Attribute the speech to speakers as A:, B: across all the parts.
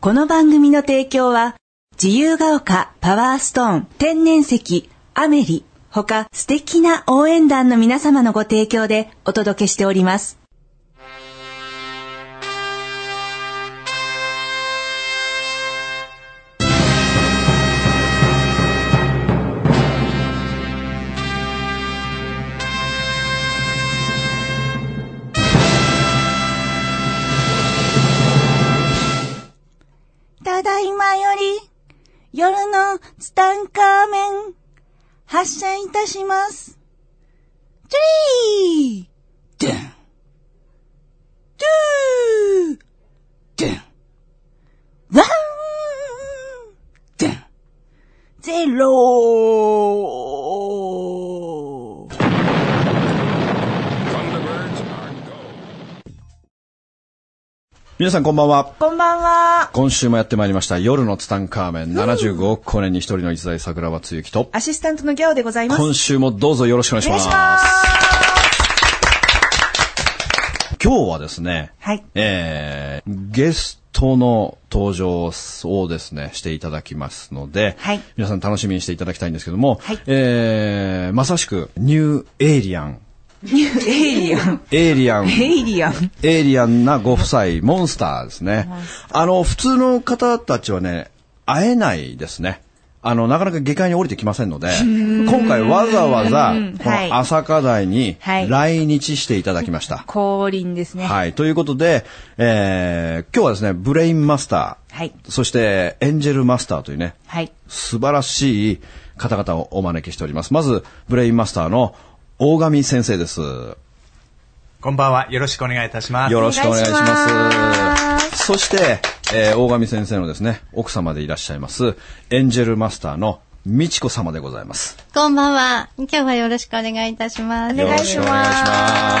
A: この番組の提供は、自由が丘パワーストーン天然石アメリ、ほか素敵な応援団の皆様のご提供でお届けしております。ただいまより、夜のツタンカーメン、発射いたします。トゥリードゥンドゥードゥンワンドゥンゼロー
B: Thunderbirds are go.
C: 皆さんこんばんは。
A: こんばんは。
C: 今週もやってまいりました。夜のツタンカーメン75億光年に一人の一代桜庭つゆきと、
A: アシスタントのギャオでございます。
C: 今週もどうぞよろしくお願いし
A: お願い
C: ます
A: し。ます。
C: 今日はですね、
A: はい
C: えー、ゲストの登場をですね、していただきますので、
A: はい
C: 皆さん楽しみにしていただきたいんですけども、
A: はい
C: えー、まさしく、ニューエイリアン、
A: エイリアン。
C: エイ リアン、
A: エイリアン。
C: エイリアンなご夫妻、モンスターですね。あの、普通の方たちはね、会えないですね。あの、なかなか下界に降りてきませんので、今回わざわざ、こ
A: はい
C: の朝課題に
A: はい
C: 来日していただきました。
A: 降臨ですね。
C: はい。ということで、えー、今日はですね、ブレインマスター、
A: はい
C: そしてエンジェルマスターというね、
A: はい。
C: 素晴らしい方々をお招きしております。まず、ブレインマスターの大神先生です。よ
D: こんばんは。よろしくお願いいたします。
C: ろしくお願いし
A: お願いしま
C: ますす。そして、えー大神先生のですね、奥様でいらっしゃいます、エンジェルマスターの美智子様でございます。
E: こんばんは。今日はよろしくお願いいたします。
C: よろしくお願いし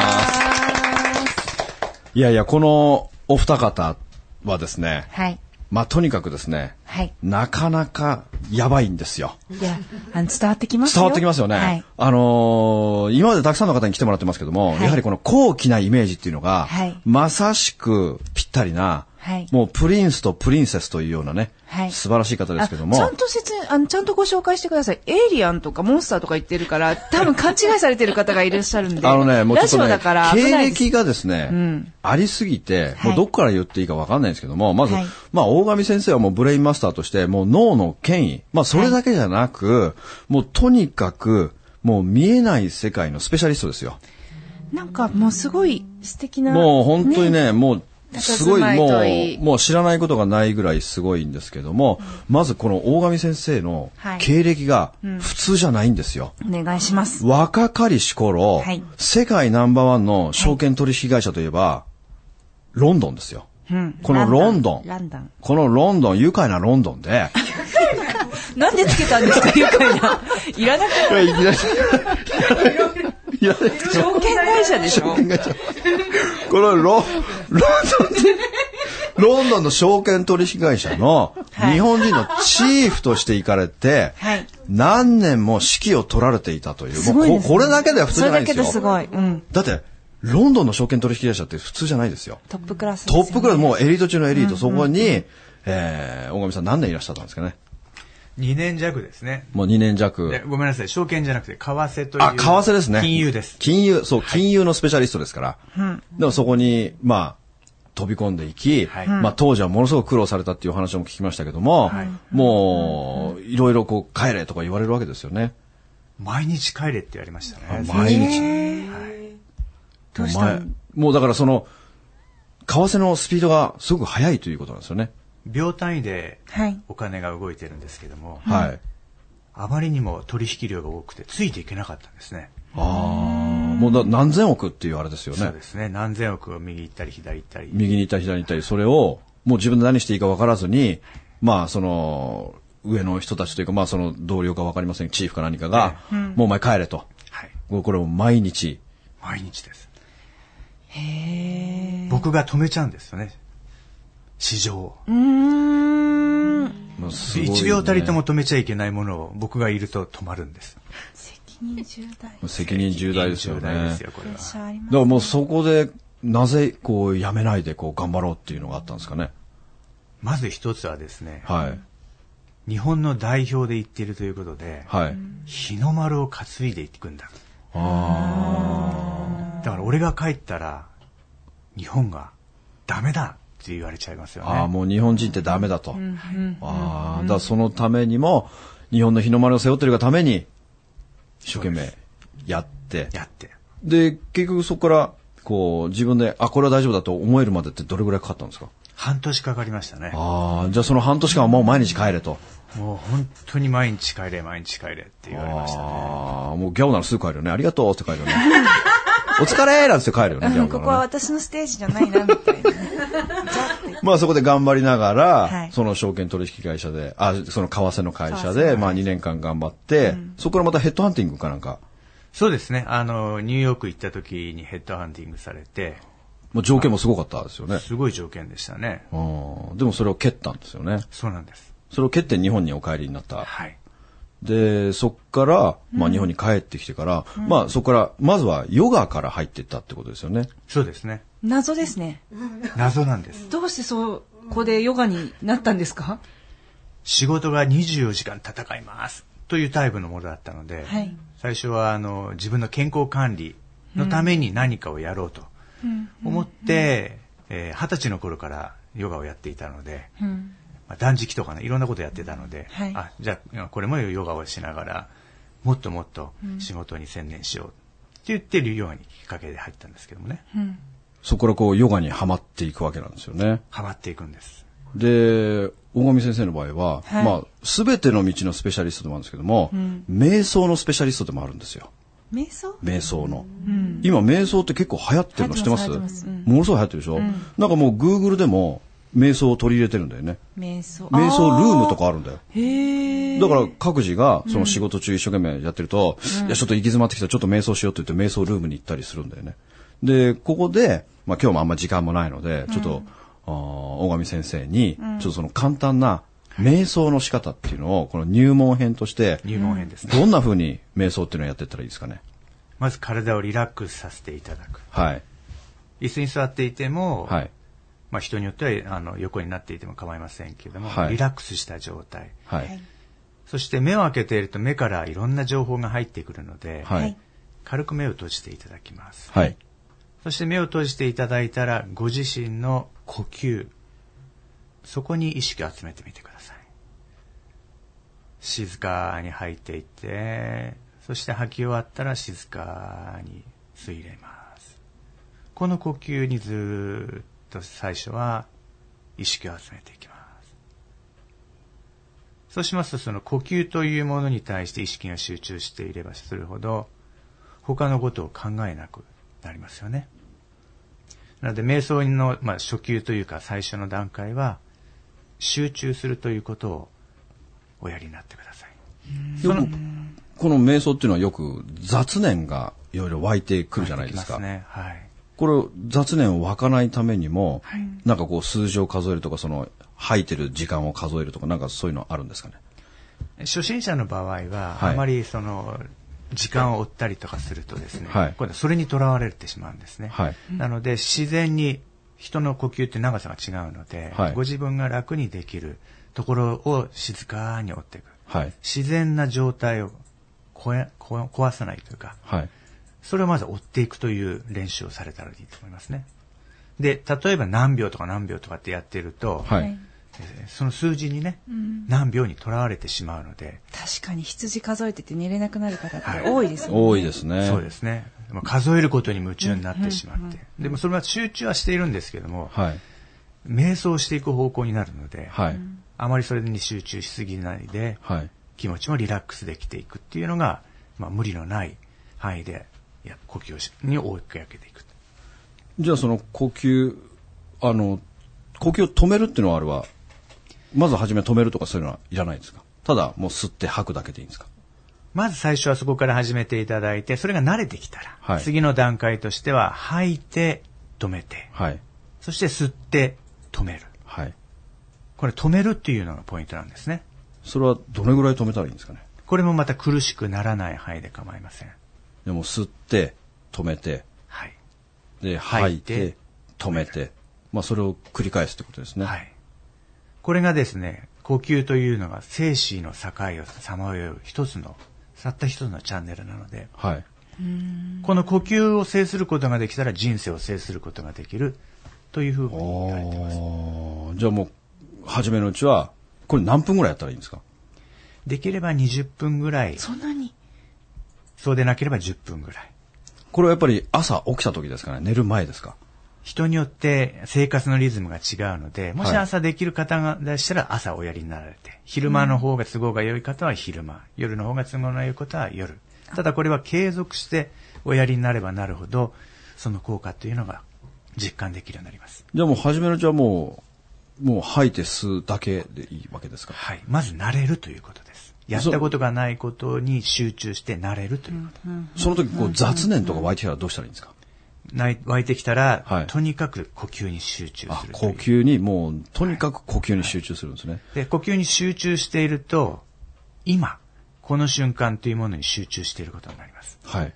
C: ます。いやいや、このお二方はですね、
A: はい。
C: まあ、とにかくですね、
A: はい
C: なかなかやばいんですよ。
A: いや、あの伝わってきますよ。
C: 伝わってきますよね。
A: はい。
C: あのー今までたくさんの方に来てもらってますけども、
A: はい
C: やはりこの高貴なイメージっていうのが、
A: はい
C: まさしくぴったりな、
A: はい
C: もうプリンスとプリンセスというようなね、
A: はい
C: 素晴らしい方ですけど
A: あちゃ
C: も
A: ん、と説明、あの、ちゃんとご紹介してください。エイリアンとかモンスターとか言ってるから、多分勘違いされてる方がいらっしゃるんで。
C: あのね、もうちょ
A: ラ
C: っ
A: ジ
C: と
A: オ
C: ね
A: だから、危
C: 経
A: ないです
C: 歴がですね、
A: ん
C: ありすぎて、
A: はい
C: もうどこから言っていいかわかんないんですけども、まず、
A: はい
C: まあ、大神先生はもうブレインマスターとして、もう脳の権威、まあ、それだけじゃなく、もうとにかく、もう見えない世界のスペシャリストですよ。
A: なんか、もうすごい素敵な。
C: もう本当にね、もう、すごい
A: 佇まい
C: も、
A: といいう
C: もう知らないことがないぐらいすごいんですけども、まずこの大神先生の
A: はい
C: 経歴が普通じゃないんですよ。
A: お願いします。
C: 若かりし頃、
A: はい
C: 世界ナンバーワンの証券取引会社といえば、ロンドンですよ。
A: うん。
C: このロンドン
A: ランダン。
C: このロンドン、愉快なロンドンで、
A: なんでつけたんですか、愉快な。いらなく
C: いやいきなりいやいや
A: 証券会社でしょ
C: このロ、ロンドンで、ロンドンの証券取引会社の
A: はい
C: 日本人のチーフとして行かれて、
A: はい
C: 何年も指揮を取られていたという、
A: すごい
C: も
A: で
C: う
A: す
C: こ
A: ね
C: これだけでは普通
A: そ
C: じ
A: れ
C: ゃない
A: だ
C: で
A: け
C: す
A: で
C: よ。
A: すごい。うん。
C: だって、ロンドンの証券取引会社って普通じゃないですよ。
A: トップクラスです
C: ト
A: よね
C: ップクラス、もうエリート中のエリート、そこに、えー、大神さん何年いらっしゃったんですかね。
D: 2年弱ですね。
C: もう2年弱。
D: でごめんなさい。証券じゃなくて、為替という。
C: あ、為替ですね。
D: 金融です。
C: 金融、そう、金融のスペシャリストですから。でもそこに、まあ、飛び込んでいき、
D: はい
C: まあ当時はものすごく苦労されたっていうお話も聞きましたけども、
D: はい
C: もう、いろいろこう帰れとか言われるわけですよね。
D: 毎日帰れって言われましたね。
C: 毎日。
A: どうしたの
C: お前もうだからその、為替のスピードがすごく速いということなんですよね。
D: 秒単位で
A: はい
D: お金が動いてるんですけども、
C: はい。
D: あまりにも取引量が多くて、ついていけなかったんですね。
C: ああ、もうだ何千億っていうあれですよ
D: そう
C: ね
D: で。すね。何千億を右行ったり左行ったり。
C: 右に行ったり左に行ったり、それを、もう自分で何していいか分からずに、まあ、その、上の人たちというか、まあ、その同僚か分かりません、チーフか何かが、もうお前帰れと。
D: はい。
C: もうこれを毎日。
D: 毎日です。僕が止めちゃうんですよね。市場を。
A: うーん。
C: もうすごいね
D: 一秒たりとも止めちゃいけないものを僕がいると止まるんです。
A: 責任重大。
C: もう責任重大ですよね。
D: 重大ですよ、これは。
A: プレッシャーありま
C: だからもうそこで、なぜ、こう、やめないで、こう、頑張ろうっていうのがあったんですかね。
D: まず一つはですね、
C: はい。
D: 日本の代表で行っているということで、
C: はい。
D: 日の丸を担いでいくんだ。だから俺が帰ったら、日本がダメだって言われちゃいますよね。
C: ああ、もう日本人ってダメだと。ああ、だからそのためにも、日本の日の丸を背負ってるがために、一生懸命やって。
D: やって。
C: で、結局そこから、こう、自分で、あ、これは大丈夫だと思えるまでってどれぐらいかかったんですか
D: 半年かかりましたね。
C: ああ、じゃあその半年間はもう毎日帰れと。
D: もう本当に毎日帰れ、毎日帰れって言われましたね。
C: ああ、もうギャオならすぐ帰るよね。ありがとうって帰るよね。 お疲れなんつって帰るよね、ギャオならね
A: ここは私のステージじゃないな、みた いな。
C: まあそこで頑張りながら、
A: はい
C: その証券取引会社で、あ、その為替の会社で、まあ2年間頑張って、そこからまたヘッドハンティングかなんか、
D: そうですね。あの、ニューヨーク行った時にヘッドハンティングされて、
C: もう条件もすごかったですよね。
D: すごい条件でしたね。
C: うん、でもそれを蹴ったんですよね。
D: そうなんです。
C: それを蹴って日本にお帰りになった。
D: はい。
C: で、そこから、まあ日本に帰ってきてから、まあそこから、まずはヨガから入っていったってことですよね。
D: そうですね。
A: 謎ですね。
D: 謎なんです。
A: どうしてそこでヨガになったんですか
D: 仕事が24時間戦いますというタイプのものだったので、
A: はい
D: 最初はあの自分の健康管理のために何かをやろうと思って、えー二十歳の頃からヨガをやっていたので、
A: うん。
D: まあ、断食とかね、いろんなことやってたので、
A: はい
D: あ、じゃあ、これもヨガをしながら、もっともっと仕事に専念しようって言ってるようにきっかけで入ったんですけどもね、
C: そこからこうヨガにはまっていくわけなんですよね。
D: ハマっていくんです。
C: で、大神先生の場合は、
A: はい
C: まあ、すべての道のスペシャリストでもあるんですけども、瞑想のスペシャリストでもあるんですよ。
A: 瞑想
C: 瞑想の。今、瞑想って結構流行ってるの知ってます
A: 流行ってます流行ってます
C: ものすごい流行ってるでしょ、なんかもう Google でも瞑想を取り入れてるんだよね。
A: 瞑想。
C: 瞑想ルームと
A: か。
C: かあるんだよ。
A: へえ。
C: だから各自がその仕事中一生懸命やってると、いやちょっと行き詰まってきたちょっと瞑想しようって言って瞑想ルームに行ったりするんだよね。で、ここで、まあ今日もあんま時間もないので、ちょっと、あー大神先生に、ちょっとその簡単な瞑想の仕方っていうのを、この入門編として、
D: 入門編ですね。
C: どんな風に瞑想っていうのをやっていったらいいですかね。
D: まず体をリラックスさせていただく。
C: はい。
D: 椅子に座っていても、
C: はい。
D: まあ、人によってはあの横になっていても構いませんけれども、
C: はい
D: リラックスした状態。
C: はい。
D: そして目を開けていると目からいろんな情報が入ってくるので、
C: はい。
D: 軽く目を閉じていただきます。
C: はい。
D: そして目を閉じていただいたら、ご自身の呼吸。そこに意識を集めてみてください。静かに吐いていって、そして吐き終わったら静かに吸い入れます。この呼吸にずーっと最初は意識を集めていきます。そうしますと、その呼吸というものに対して意識が集中していればするほど、他のことを考えなくなりますよね。なので、瞑想の、まあ、初級というか最初の段階は、集中するということをおやりになってください。
C: よく、この瞑想っていうのはよく雑念がいろいろ湧いてくるじゃないです
D: で
C: か
D: き。ますね。はい。
C: これ雑念を湧かないためにも、なんかこう数字を数えるとか、その吐いてる時間を数えるとか、なんかそういうのあるんですかね。
D: 初心者の場合は、
C: はい
D: あまりその、時間を追ったりとかするとですね、
C: はい
D: 今度それにとらわれてしまうんですね。
C: はい
D: なので、自然に人の呼吸って長さが違うので、
C: はい
D: ご自分が楽にできるところを静かに追っていく。
C: はい。
D: 自然な状態を壊壊壊さないというか、
C: はい。
D: それをまず追っていくという練習をされたらいいと思いますね。で、例えば何秒とか何秒とかってやってると、
C: はい。
D: えーその数字にね、何秒にとらわれてしまうので、
A: 確かに羊数えてて寝れなくなる方って多いですもんね。
C: 多いですね。
D: そうですね。まあ、数えることに夢中になってしまって。でもそれは集中はしているんですけども、
C: はい。
D: 瞑想していく方向になるので、
C: はい。
D: あまりそれに集中しすぎないで、
C: はい。
D: 気持ちもリラックスできていくっていうのが、まあ、無理のない範囲で、いや呼吸をしに追いかけていく。
C: じゃあその呼吸、あの、呼吸を止めるっていうのはあれは、まず初め止めるとかそういうのはいらないんですかただもう吸って吐くだけでいいんですか
D: まず最初はそこから始めていただいて、それが慣れてきたら、
C: はい
D: 次の段階としては、吐いて、止めて、
C: はい。
D: そして吸って、止める。
C: はい。
D: これ止めるっていうのがポイントなんですね。
C: それはどれぐらい止めたらいいんですかね
D: これもまた苦しくならない範囲で構いません。
C: でも吸って、止めて、
D: はい。
C: で、
D: 吐
C: 吐
D: い
C: い
D: て
C: て、止めて、まあそれを繰り返すってことですね。
D: はい。これがですね、呼吸というのが生死の境をさまよう一つの、たった一つのチャンネルなので、
C: はい。
D: この呼吸を制することができたら人生を制することができるというふうに言われています。
C: おーじゃあもう、初めのうちは、これ何分ぐらいやったらいいんですか
D: できれば20分ぐらい、
A: そんなに
D: そうでなければ10分ぐらい。
C: これはやっぱり朝起きた時ですかね寝る前ですか
D: 人によって生活のリズムが違うので、もし朝できる方がいらっしゃら朝おやりになられて、昼間の方が都合が良い方は昼間、夜の方が都合の良い方は夜。ただこれは継続しておやりになればなるほど、その効果というのが実感できるようになります。
C: じゃあもう初めのうちはもう、もう吐いて吸うだけでいいわけですか
D: はい。まず慣れるということです。やったことがないことに集中して慣れるということ。
C: その時こう雑念とか湧いてきたらどうしたらいいんですか
D: ない湧いてきたら、
C: はい
D: とにかく呼吸に集中
C: あ
D: す、ると
C: 呼
D: いう。
C: 吸にもう、とにかく呼吸に集中するんですね。
D: で、呼吸に集中していると、今、この瞬間というものに集中していることになります。
C: はい。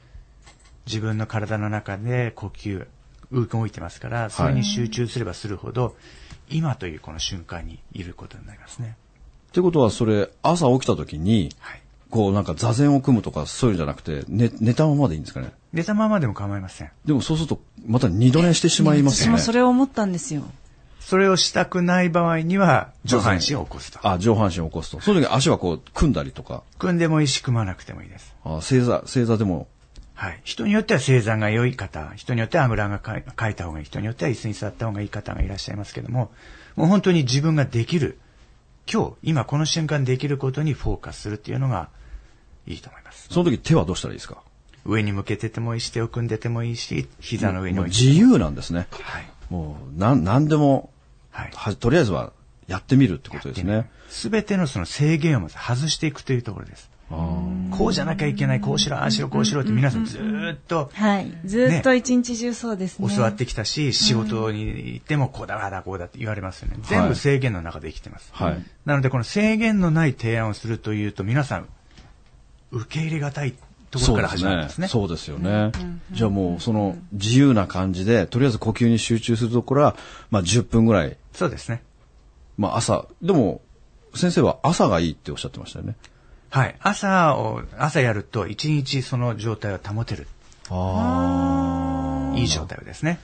D: 自分の体の中で呼吸、動いてますから、それに集中すればするほど、今というこの瞬間にいることになりますね。
C: ってことはそれ、朝起きた時に、
D: はい。
C: こうなんか座禅を組むとかそういうんじゃなくて、寝、寝たままでいいんですかね
D: 寝たままでも構いません。
C: でもそうすると、また二度寝してしまいます
A: 私
C: よ
A: も
C: ね。
A: それを思ったんですよ。
D: それをしたくない場合には、上半身を起こすと。
C: あ、上半身を起こすと。その時足はこう、組んだりとか、
D: 組んでもいいし、組まなくてもいいです。
C: あ正座、正座でも、
D: はい。人によっては正座が良い方、人によってはあぐらがかいかいた方がいい、人によっては椅子に座った方がいい方がいらっしゃいますけども、もう本当に自分ができる、今日、今この瞬間できることにフォーカスするっていうのがいいと思います。
C: その時手はどうしたらいいですか
D: 上に向けててもいいし、手を組んでてもいいし、膝の上に
C: もう
D: 置いて。
C: 自由なんですね。
D: はい。
C: もう、なん、なんでも、
D: はい。
C: は、とりあえずは、やってみるってことですね。
D: すべてのその制限をまず外していくというところです。こうじゃなきゃいけない、こうしろ、ああしろ、こうしろって皆さんずーっと
E: はい。
A: ずーっと一日中そうですね。
D: 教わってきたし、仕事に行ってもこうだああだこうだって言われますよね。全部制限の中で生きてます。
C: はい
D: なのでこの制限のない提案をするというと皆さん、受け入れがたいところから始まるんですね。
C: そうですよね。じゃあもう、その、自由な感じで、とりあえず呼吸に集中するところは、まあ、10分ぐらい、
D: そうですね。
C: まあ、朝、でも、先生は朝がいいっておっしゃってましたよね。
D: はい。朝を、朝やると一日その状態を保てる。いい状態をですね。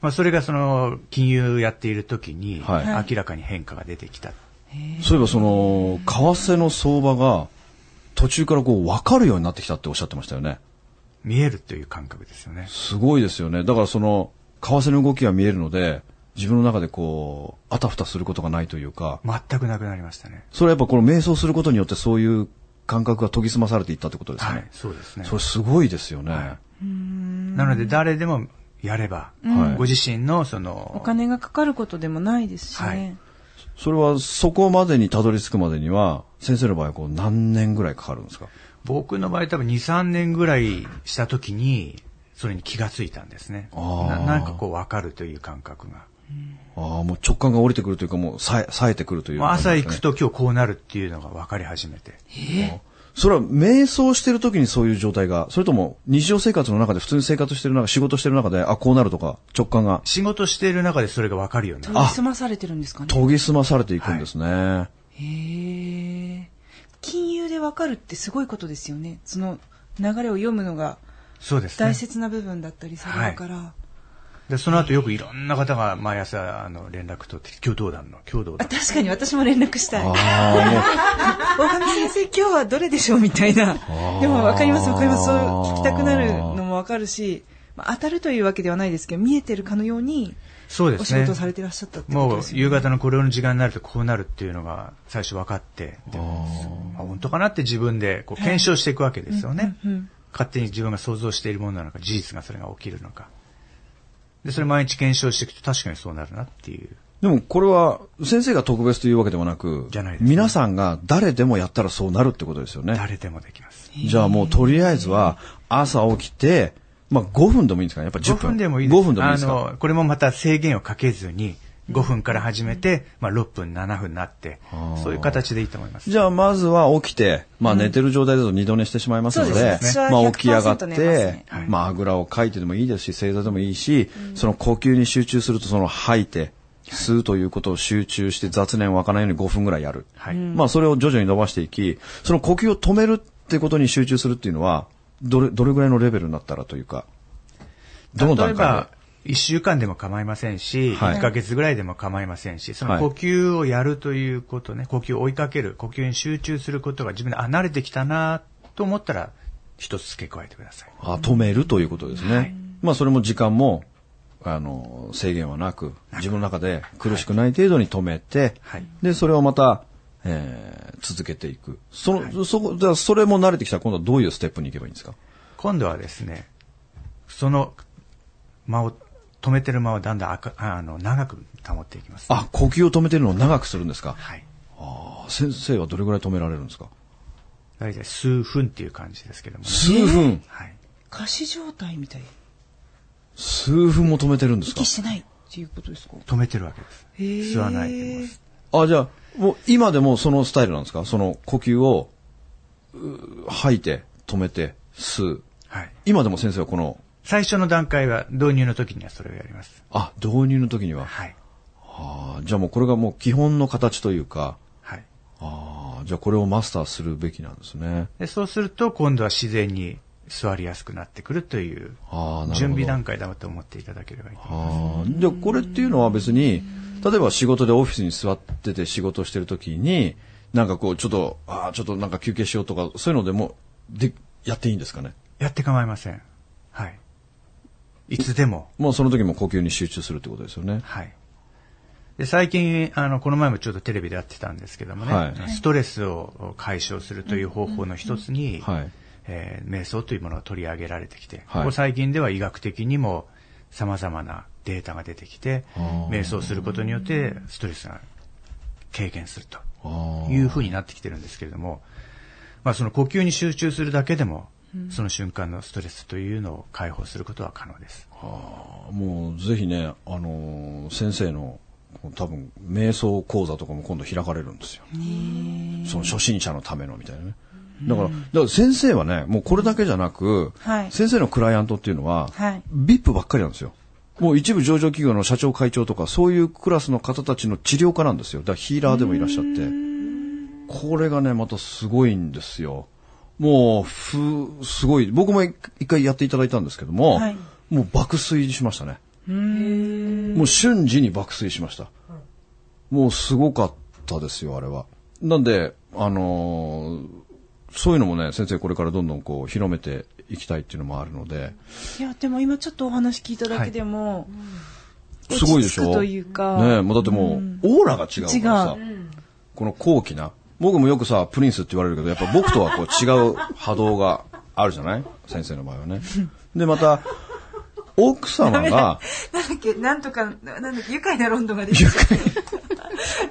D: まあそれがその金融やっている時に
C: は
D: 明らかに変化が出てきた。
C: そういえば、その、為替の相場が、途中からこう、分かるようになってきたっておっしゃってましたよね。
D: 見えるという感覚ですよね。
C: すごいですよね。だからその、為替の動きが見えるので、自分の中でこう、あたふたすることがないというか、
D: 全くなくなりましたね。
C: それはやっぱこの瞑想することによってそういう感覚が研ぎ澄まされていったってことですね。
D: はい。そうですね。
C: それすごいですよね。
D: なので誰でもやれば、ご自身のその、
A: お金がかかることでもないですしね。
C: それはそこまでにたどり着くまでには、先生の場合はこう何年ぐらいかかるんですか
D: 僕の場合多分2、3年ぐらいした時に、それに気がついたんですね。
C: あー
D: ななんかこう分かるという感覚が。
C: ああ、もう直感が降りてくるというか、もう冴え冴えてくるという
D: まあ
C: 感じ
D: 朝
C: です
D: 行
C: かね、
D: くと今日こうなるっていうのが分かり始めて。
C: それは瞑想してる時にそういう状態が、それとも日常生活の中で普通に生活してる中、仕事してる中で、あ、こうなるとか、直感が
D: 仕事している中でそれが分かるようになる。
A: 研ぎ澄まされてるんですかね。
C: 研ぎ澄まされていくんですね。
A: へえ。金融でわかるってすごいことですよね。その流れを読むのが
D: そうですね。
A: 大切な部分だったりするから。
D: で、その後よくいろんな方が毎朝、あの、連絡取ってきて、今日どうなんの今日どう
A: あ
D: だの
A: 確かに私も連絡したい。
C: あ
A: 大神先生今日はどれでしょうみたいな。でもわかりますわかります。そう聞きたくなるのもわかるし、まあ、当たるというわけではないですけど、見えてるかのように
D: そうで
A: お
D: す
A: 仕
D: ね。
A: 事をされてらっしゃったってこと
D: も
A: で
D: う
A: す
D: 夕
A: よね。
D: 方のこれの時間になるとこうなるっていうのが最初分かって、であ本当かなって自分でこう検証していくわけですよね。勝手に自分が想像しているものなのか、事実がそれが起きるのか。で、それ毎日検証していくと確かにそうなるなっていう。
C: でもこれは先生が特別というわけではなく、
D: じゃないですね
C: 皆さんが誰でもやったらそうなるってことですよね。
D: 誰でもできます。
C: じゃあもうとりあえずは朝起きて、まあ5分でもいいんですかねやっぱ10
D: 5
C: 分。
D: 分でもいいです。
C: 5分でもいいですか
D: あの、これもまた制限をかけずに、5分から始めて、まあ6分、7分になって、そういう形でいいと思います。
C: じゃあまずは起きて、まあ寝てる状態だと二度寝してしまいますので、
A: そうですね
C: まあ起き上がっ
A: 100%寝ます
C: て
A: ね、
C: まああぐらをかいてでもいいですし、正座でもいいし、その呼吸に集中するとその吐いて、吸うということを集中して雑念を湧かないように5分ぐらいやる。
D: はい
C: まあそれを徐々に伸ばしていき、その呼吸を止めるってことに集中するっていうのは、どれ、どれぐらいのレベルになったらというか、どの
D: 例え
C: 段階
D: ば、1週間でも構いませんし、
C: はい
D: 1ヶ月ぐらいでも構いませんし、そ
C: は
D: の
C: い
D: 呼吸をやるということね、呼吸を追いかける、呼吸に集中することが自分で、あ、慣れてきたなと思ったら、一つ付け加えてください。
C: あ止めるということですね。まあそれも時間も、あの、制限はなく、自分の中で苦しくない程度に止めて、
D: はい
C: で、それをまた、えー続けていく。その、そこ、じゃあそれも慣れてきたら今度はどういうステップに行けばいいんですか
D: 今度はですね、その間を、止めてる間をだんだんあかあの長く保っていきます。
C: あ、呼吸を止めてるのを長くするんですか
D: はい。
C: あ先生はどれぐらい止められるんですか
D: 大体数分っていう感じですけどもね、
C: 数分、
D: はい。
A: 仮死状態みたい
C: 数分も止めてるんですか
A: 息してないっていうことですか
D: 止めてるわけです。吸わないでます。
C: あ、じゃあ、もう今でもそのスタイルなんですかその呼吸を、うー吐いて、止めて、吸う。
D: はい。
C: 今でも先生はこの、
D: 最初の段階は導入の時にはそれをやります。
C: あ、導入の時には。
D: はい。
C: あーじゃあもうこれがもう基本の形というか、
D: はい。
C: あーじゃあこれをマスターするべきなんですね。
D: で、そうすると今度は自然に座りやすくなってくるという
C: あーなるほど
D: 準備段階だと思っていただければいいと思います。
C: あーじゃあこれっていうのは別に、例えば仕事でオフィスに座ってて仕事してる時に、なんかこうちょっと、あーちょっとなんか休憩しようとか、そういうのでも、で、やっていいんですかね
D: やって構いません。はい。いつでも。
C: もうその時も呼吸に集中するってことですよね。
D: はい。で、最近、あの、この前もちょっとテレビでやってたんですけどもね、
C: はい
D: ストレスを解消するという方法の一つに、
C: はい
D: えー瞑想というものが取り上げられてきて、
C: はい
D: ここ最近では医学的にも様々なデータが出てきて、
C: あー
D: 瞑想することによってストレスが軽減すると
C: あー
D: いうふうになってきてるんですけれども、まあその呼吸に集中するだけでも、その瞬間のストレスというのを解放することは可能です。
C: もうぜひね、あのー先生のこう多分瞑想講座とかも今度開かれるんですよ。その初心者のためのみたいなね。だから、だから先生はね、もうこれだけじゃなく、
A: はい
C: 先生のクライアントっていうのは、
A: はい
C: VIP ばっかりなんですよ。もう一部上場企業の社長会長とか、そういうクラスの方たちの治療家なんですよ。だからヒーラーでもいらっしゃって。これがね、またすごいんですよ。もう、ふ、すごい。僕も一一回やっていただいたんですけども、
A: はい
C: もう爆睡しましたね。もう瞬時に爆睡しました。もうすごかったですよ、あれは。なんで、あのーそういうのもね、先生これからどんどんこう広めていきたいっていうのもあるので、
A: いやでも今ちょっとお話聞いただけでも、
C: すごいで
A: 落
C: し
A: ち着
C: ょ
A: くというか
C: ねえもうだってもう、オーラが違うからさ
A: 違う、
C: この高貴な、僕もよくさ、プリンスって言われるけど、やっぱ僕とはこう違う波動があるじゃない先生の場合はね。で、また、奥様が、
A: なんだっけ、なんとか、ななんだっけ、愉快なロンドンが出てきた。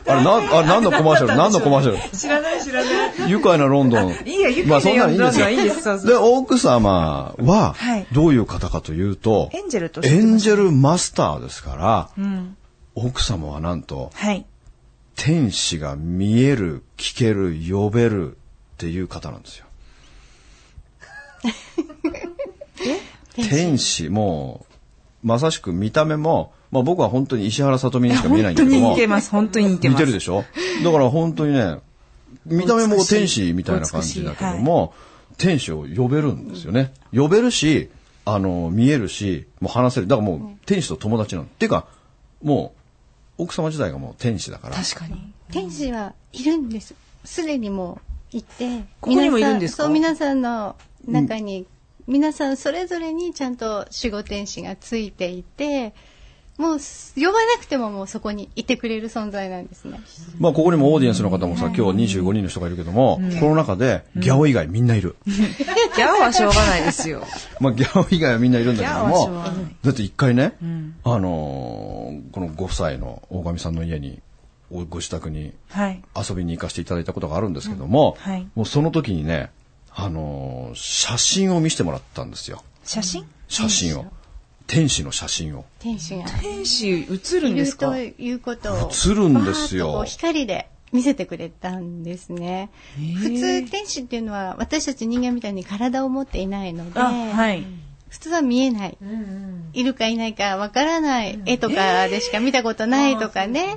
C: あれ、なん、 あれ何のコマーシャル何のコマーシャル
A: 知らない知らない。
C: 愉快なロンドン。
A: いいや愉快な
C: まあそんなのいいんですよ。
A: ロンドンはいいですそうそう
C: で、奥様は
A: はい、
C: どういう方かというと、
A: エンジェルとおっしゃって
C: エ
A: ました
C: ンジェルマスターですから、
A: うん。
C: 奥様はなんと、
A: はい。
C: 天使が見える、聞ける、呼べるっていう方なん ですよ。天使もう、まさしく見た目も、まあ僕は本当に石原さとみにしか見えない
A: 本当
C: んだけど
A: に
C: も、
A: 似てます。本当に似て
C: 似
A: ます。
C: てるでしょだから本当にね、見た目も天使みたいな感じだけども、天使を呼べるんですよね。呼べるし、あの、見えるし、もう話せる。だからもう天使と友達なの。っていうか、もう、奥様自体がもう天使だから。
A: 確かに。
E: 天使はいるんです。すでにもういて。
A: ここにもいるんですか
E: 皆さんそう、皆さんの中に、皆さんそれぞれにちゃんと守護天使がついていて、もうす呼ばなくてももうそこにいてくれる存在なんですね。
C: まあ、ここにもオーディエンスの方もさ、今日25人の人がいるけども、この中で、ギャオ以外みんないる。
A: ギャオはしょうがないですよ。
C: まあ、ギャオ以外はみんないるんだけど
A: ギャオ
C: も
A: はしょうがない、
C: だって一回ね、あのーこのご夫妻の大神さんの家に、おご自宅に
A: はい。
C: 遊びに行かせていただいたことがあるんですけども、
A: うんはい
C: もうその時にね、あのー写真を見せてもらったんですよ。
A: 写真
C: 写真を。天使の写真を。
E: 天使が
A: 天使映るん
E: い
A: で
E: る
A: すか
E: ということを。
C: 映るんですよ
E: バーッとこう光で見せてくれたんですね。普通天使っていうのは私たち人間みたいに体を持っていないので、
A: あ、はい。
E: 普通は見えない、いるかいないかわからない、絵とかでしか見たことないとかね、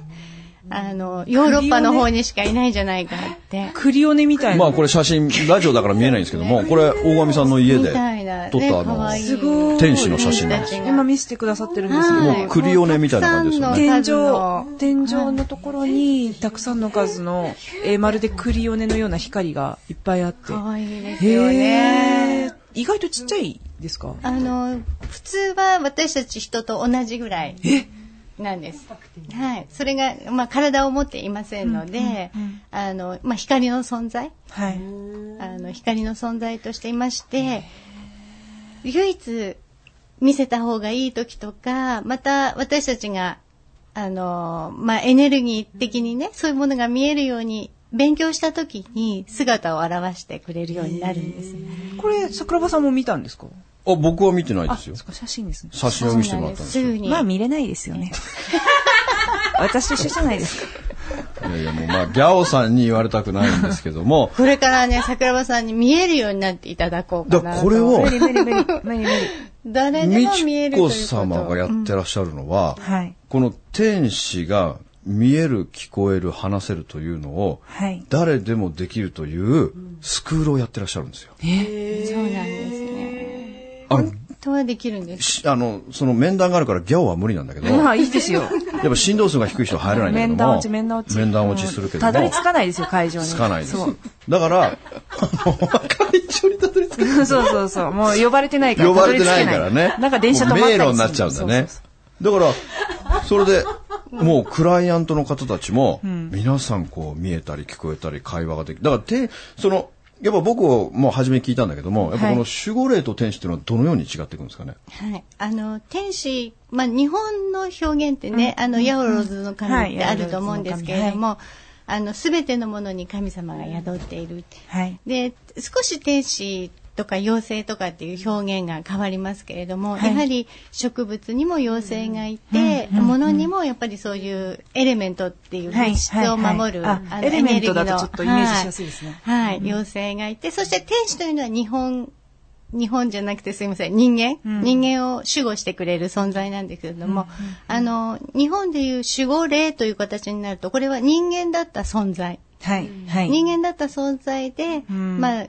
E: あのヨーロッパの方にしかいないじゃないかって。
A: クリオネみたいな。
C: まあこれ写真、ラジオだから見えないんですけども、これ大神さんの家で
E: みたいな
C: 撮っ
E: ね
C: たあ
E: 可
C: の、
E: 愛い
A: すごい。
C: 天使の写真なんです
E: よ
A: 今見せてくださってるんですけど、
E: はい
C: もうクリオネみたいな感じですよね
A: 天
E: た
A: 井
E: くさんの、
A: 天井のところに、たくさんの数の、えーまるでクリオネのような光がいっぱいあって。
E: 可愛いですよ
A: へ
E: ね
A: え。。意外とちっちゃいですか
E: あの、普通は私たち人と同じぐらいなんです。はい。それが、まあ、体を持っていませんので、あの、まあ、光の存在、
A: はい。
E: あの、光の存在としていまして、唯一見せた方がいい時とか、また私たちが、あの、まあ、エネルギー的にね、そういうものが見えるように、勉強した時に姿を現してくれるようになるんです。
A: これ、桜庭さんも見たんですか
C: あ、僕は見てないで
A: あ、
C: す
A: そ
C: よ
A: っ。か、写真ですね。
C: 写真を見せてもらったんです
E: す
C: よ。
E: ぐに。
F: まあ見れないですよね。私と一緒じゃないですか。
C: いやいや、もうまあ、ギャオさんに言われたくないんですけ ども、
E: これからね、桜庭さんに見えるようになっていただこうか
C: だ
E: な
C: から
E: と。
C: これを、
F: 無理無理無理無理。
E: 誰で
C: 美
E: も見え
C: 智
E: るというこ
C: 子
E: と。
C: 様がやってらっしゃるのは、
A: はい。
C: この天使が見える、聞こえる、話せるというのを、
A: はい。
C: 誰でもできるというスクールをやってらっしゃるんですよ。
E: うんそうなんですね。
C: あの、
E: 本当はできるんです。
C: しあのその面談があるからギャオは無理なんだけど、
A: ま
C: やっ
A: あいいですよ。
C: ぱ振動数が低い人は入れないんだけど
A: 面
C: も、
A: 談落ち、面談落ち。
C: 面談落ちするけど
A: た
C: も、
A: どり着かないですよ、会場に。
C: つかないです
A: そう。。
C: だから、あの会長にたどり着かない。
A: そうそうそう。もう呼ばれてないから。
C: 呼ばれてないからね。
A: なんか電車止まったり
C: 迷
A: する
C: 路になっちゃうんだね。
A: そうそう
C: だから、それで、もうクライアントの方たちも、皆さんこう見えたり聞こえたり会話ができる。だから、て、その、やっぱ僕をもう初めに聞いたんだけども、やっぱこの
A: はい
C: 守護霊と天使っていうのはどのように違っていくんですかね。
E: はい。あの、天使、まあ、日本の表現ってね、あの、ヤオロズ
A: はい
E: の神ってあると思うんですけれども、あの、すべてのものに神様が宿っている。
A: そうはい。
E: で、少し天使とか妖精とかっていう表現が変わりますけれども、
A: はい
E: やはり植物にも妖精がいて、物にもやっぱりそういうエレメントっていう物質を守る、
A: はいはいはいあ
E: の
A: エレメントだと
E: エネルギーの
A: ちょっとイメージしやすいですね
E: はい、はい妖精がいて、そして天使というのは日本、日本じゃなくてすいません、人間、人間を守護してくれる存在なんですけれども、あの、日本でいう守護霊という形になると、これは人間だった存在。
A: はい。はい。
E: 人間だった存在で、
A: ん
E: まあ、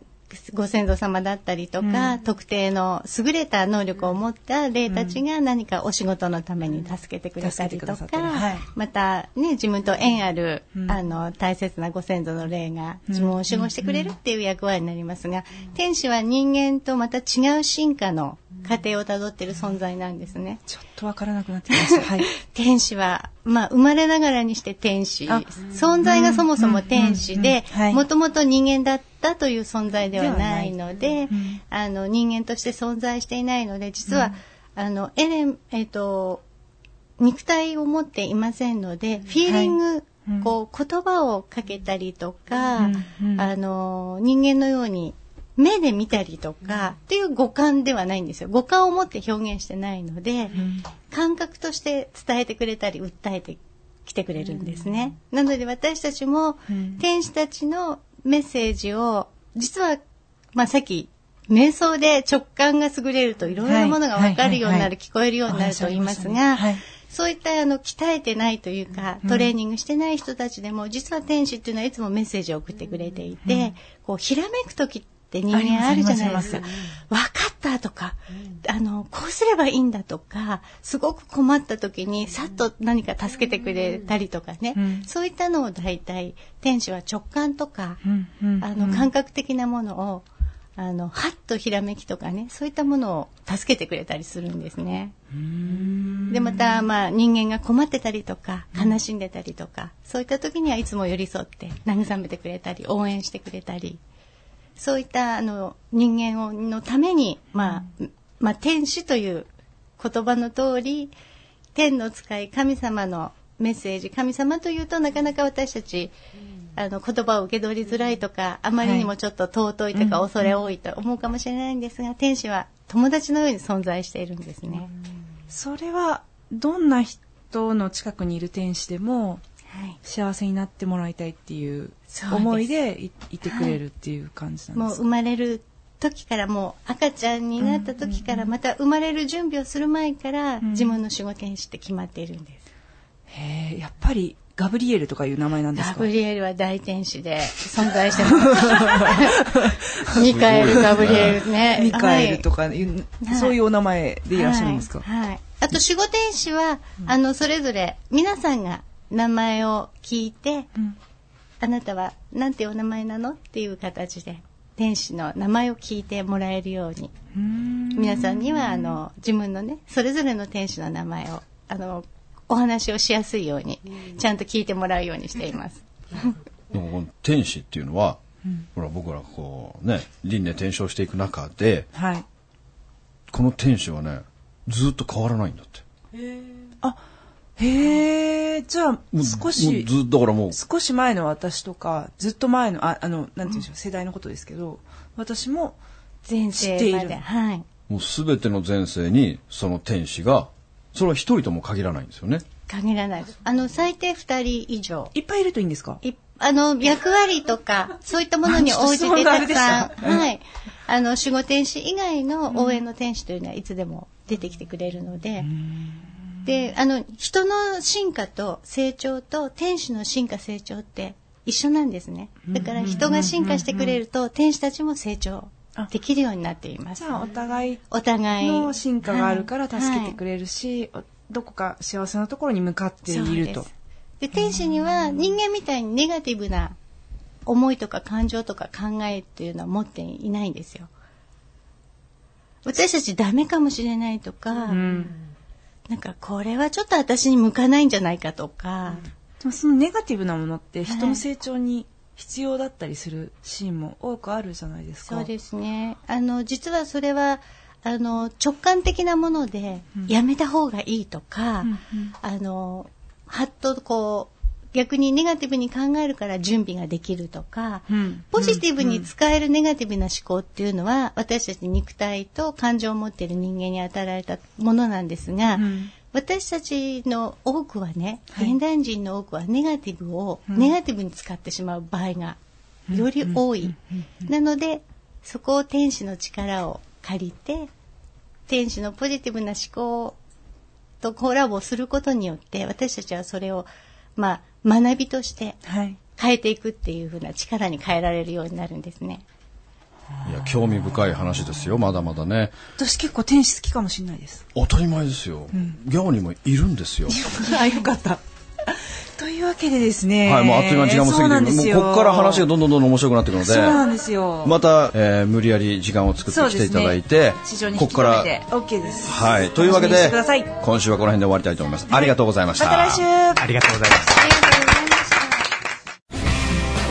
E: ご先祖様だったりとか、特定の優れた能力を持った霊たちが何かお仕事のために助けてくれたりと
A: うん助けてくださ
E: か、
A: ったりはい
E: また、ね、自分と縁ある、あの大切なご先祖の霊が自分を守護してくれるっていう役割になりますが、天使は人間とまた違う進化の過程をたどっている存在なんですね。
A: ちょっとわからなくなってきました。 はい。
E: 天使は、まあ、生まれながらにして天使。存在がそもそも天使で
A: うんうんうんはい、
E: もともと人間だったという存在ではないので、あの、人間として存在していないので、実は、あの、エレン、えっ、と、肉体を持っていませんので、フィーリング、こう、言葉をかけたりとか、あの、人間のように、目で見たりとか、っていう五感ではないんですよ。五感を持って表現してないので、感覚として伝えてくれたり、訴えてきてくれるんですね。なので私たちも、天使たちのメッセージを、実は、まあ、さっき、瞑想で直感が優れるといろいろなものが分かるよ
A: はい
E: うにな
A: はいはい
E: る、聞こえるようになると言います
A: お話ありま
E: が
A: したねはい、
E: そういったあの鍛えてないというか、トレーニングしてない人たちでも、実は天使っていうのはいつもメッセージを送ってくれていて、こうひらめく時って人間あるじゃないですか。分かったとか、あの、こうすればいいんだとか、すごく困った時にさっと何か助けてくれたりとかね、そういったのを大体天使は直感とか、あの感覚的なものを、あの、はっとひらめきとかね、そういったものを助けてくれたりするんですね。でまた、まあ、人間が困ってたりとか悲しんでたりとか、そういった時にはいつも寄り添って慰めてくれたり応援してくれたりそういったあの人間をのために、まあまあ、天使という言葉の通り天の使い神様のメッセージ神様というとなかなか私たちあの言葉を受け取りづらいとかあまりにもちょっと尊いとか恐れ多いと思うかもしれないんですが、天使は友達のように存在しているんですね。
A: それは、どんな人の近くにいる天使でも、
E: はい
A: 幸せになってもらいたいっていう
E: そうです
A: 思いでいいてくれるっていう感じなん
E: も
A: で
E: う
A: す
E: 生
A: か
E: まれる時からもう赤ちゃんになった時からまた生まれる準備をする前から自分の守護天使って決まっているんです。
A: へえ、やっぱりガブリエルとかいう名前なんです
E: ガ
A: か
E: ブリエルは大天使で存在して ます。ミカエル、ガブリエルね。
A: ミカエルとかいう、
E: はい
A: そういうお名前でいらっしゃるんですか、
E: はい。はいあと守護天使は、あの、それぞれ皆さんが名前を聞いて、
A: ん
E: あなたはなんてお名前なのっていう形で、天使の名前を聞いてもらえるように、皆さんには、あの、自分のね、それぞれの天使の名前を、あの、お話をしやすいように、ちゃんと聞いてもらうようにしています。
C: でもこの天使っていうのは、ほら僕らこうね輪廻転生していく中で
A: はい。
C: この天使はねずっと変わらないんだって
A: へえ、じゃあ、
C: もう
A: 少
C: も
A: し
C: う、ずっとだからもう
A: 少し前の私とか、ずっと前の、ああの、なんて言うんでしょう、世代のことですけど、私も、
E: 前世ま
A: 知ってい
E: で。
A: る
E: はい。
C: もう全ての前世にその天使がそれは一人とも限らないんですよね
E: 限らないです。あの、最低2人以上。
A: いっぱいいるといいんですか
E: いあの、役割とか、そういったものに応じてたく
A: 質
E: さん、
A: 問があれでした
E: はい。あの、守護天使以外の応援の天使というのはいつでも出てきてくれるので、で、あの、人の進化と成長と天使の進化成長って一緒なんですね。だから人が進化してくれると、天使たちも成長できるようになっています
A: じ。ゃあ、お互い
E: お互い。
A: の進化があるから助けて
E: れ
A: くれるし、おどこか幸せなところに向かっている
E: そう
A: と
E: です。で天使には人間みたいにネガティブな思いとか感情とか考えっていうのは持っていないんですよ私たちダメかもしれないとか、
A: うん。
E: なんかこれはちょっと私に向かないんじゃないかとか、
A: でもそのネガティブなものって人の成長に必要だったりするシーンも多くあるじゃないですか。
E: そうですねあの実はそれはあの直感的なものでやめた方がいいとか、あのはっとこう逆にネガティブに考えるから準備ができるとか、
A: うん
E: ポジティブに使えるネガティブな思考っていうのは、私たち肉体と感情を持っている人間に与えられたものなんですが、
A: ん
E: 私たちの多くはね、
A: はい
E: 現代人の多くはネガティブを、ネガティブに使ってしまう場合がより多い。なので、そこを天使の力を借りて、天使のポジティブな思考とコラボすることによって、私たちはそれを、まあ、学びとして
A: はい。
E: 変えていくっていう風な力に変えられるようになるんですね。
C: いや興味深い話ですよまだまだね
A: 私結構天使好きかもしれないです。
C: 当たり前ですよ、ギャオにもいるんですよ
A: あ、よかった。 というわけでですね。
C: はいもうあっという間に時間も
A: そうな
C: 過
A: ん
C: ぎ
A: で
C: て
A: す
C: る
A: よ
C: もうここから話がどんどんどんどん面白くなっていくので
A: そうなんですよ。
C: また、えー無理やり時間を作ってきていただいて、
A: 市場に
C: こ
A: 引
C: こ
A: き
C: か
A: 込
C: ら
A: めて OK です。
C: はいというわけ
A: 楽しみにし
C: で
A: てください
C: 今週はこの辺で終わりたいと思います、ありがとうございました
A: また来週。
D: ありがとうございました。
E: ありがとうございました。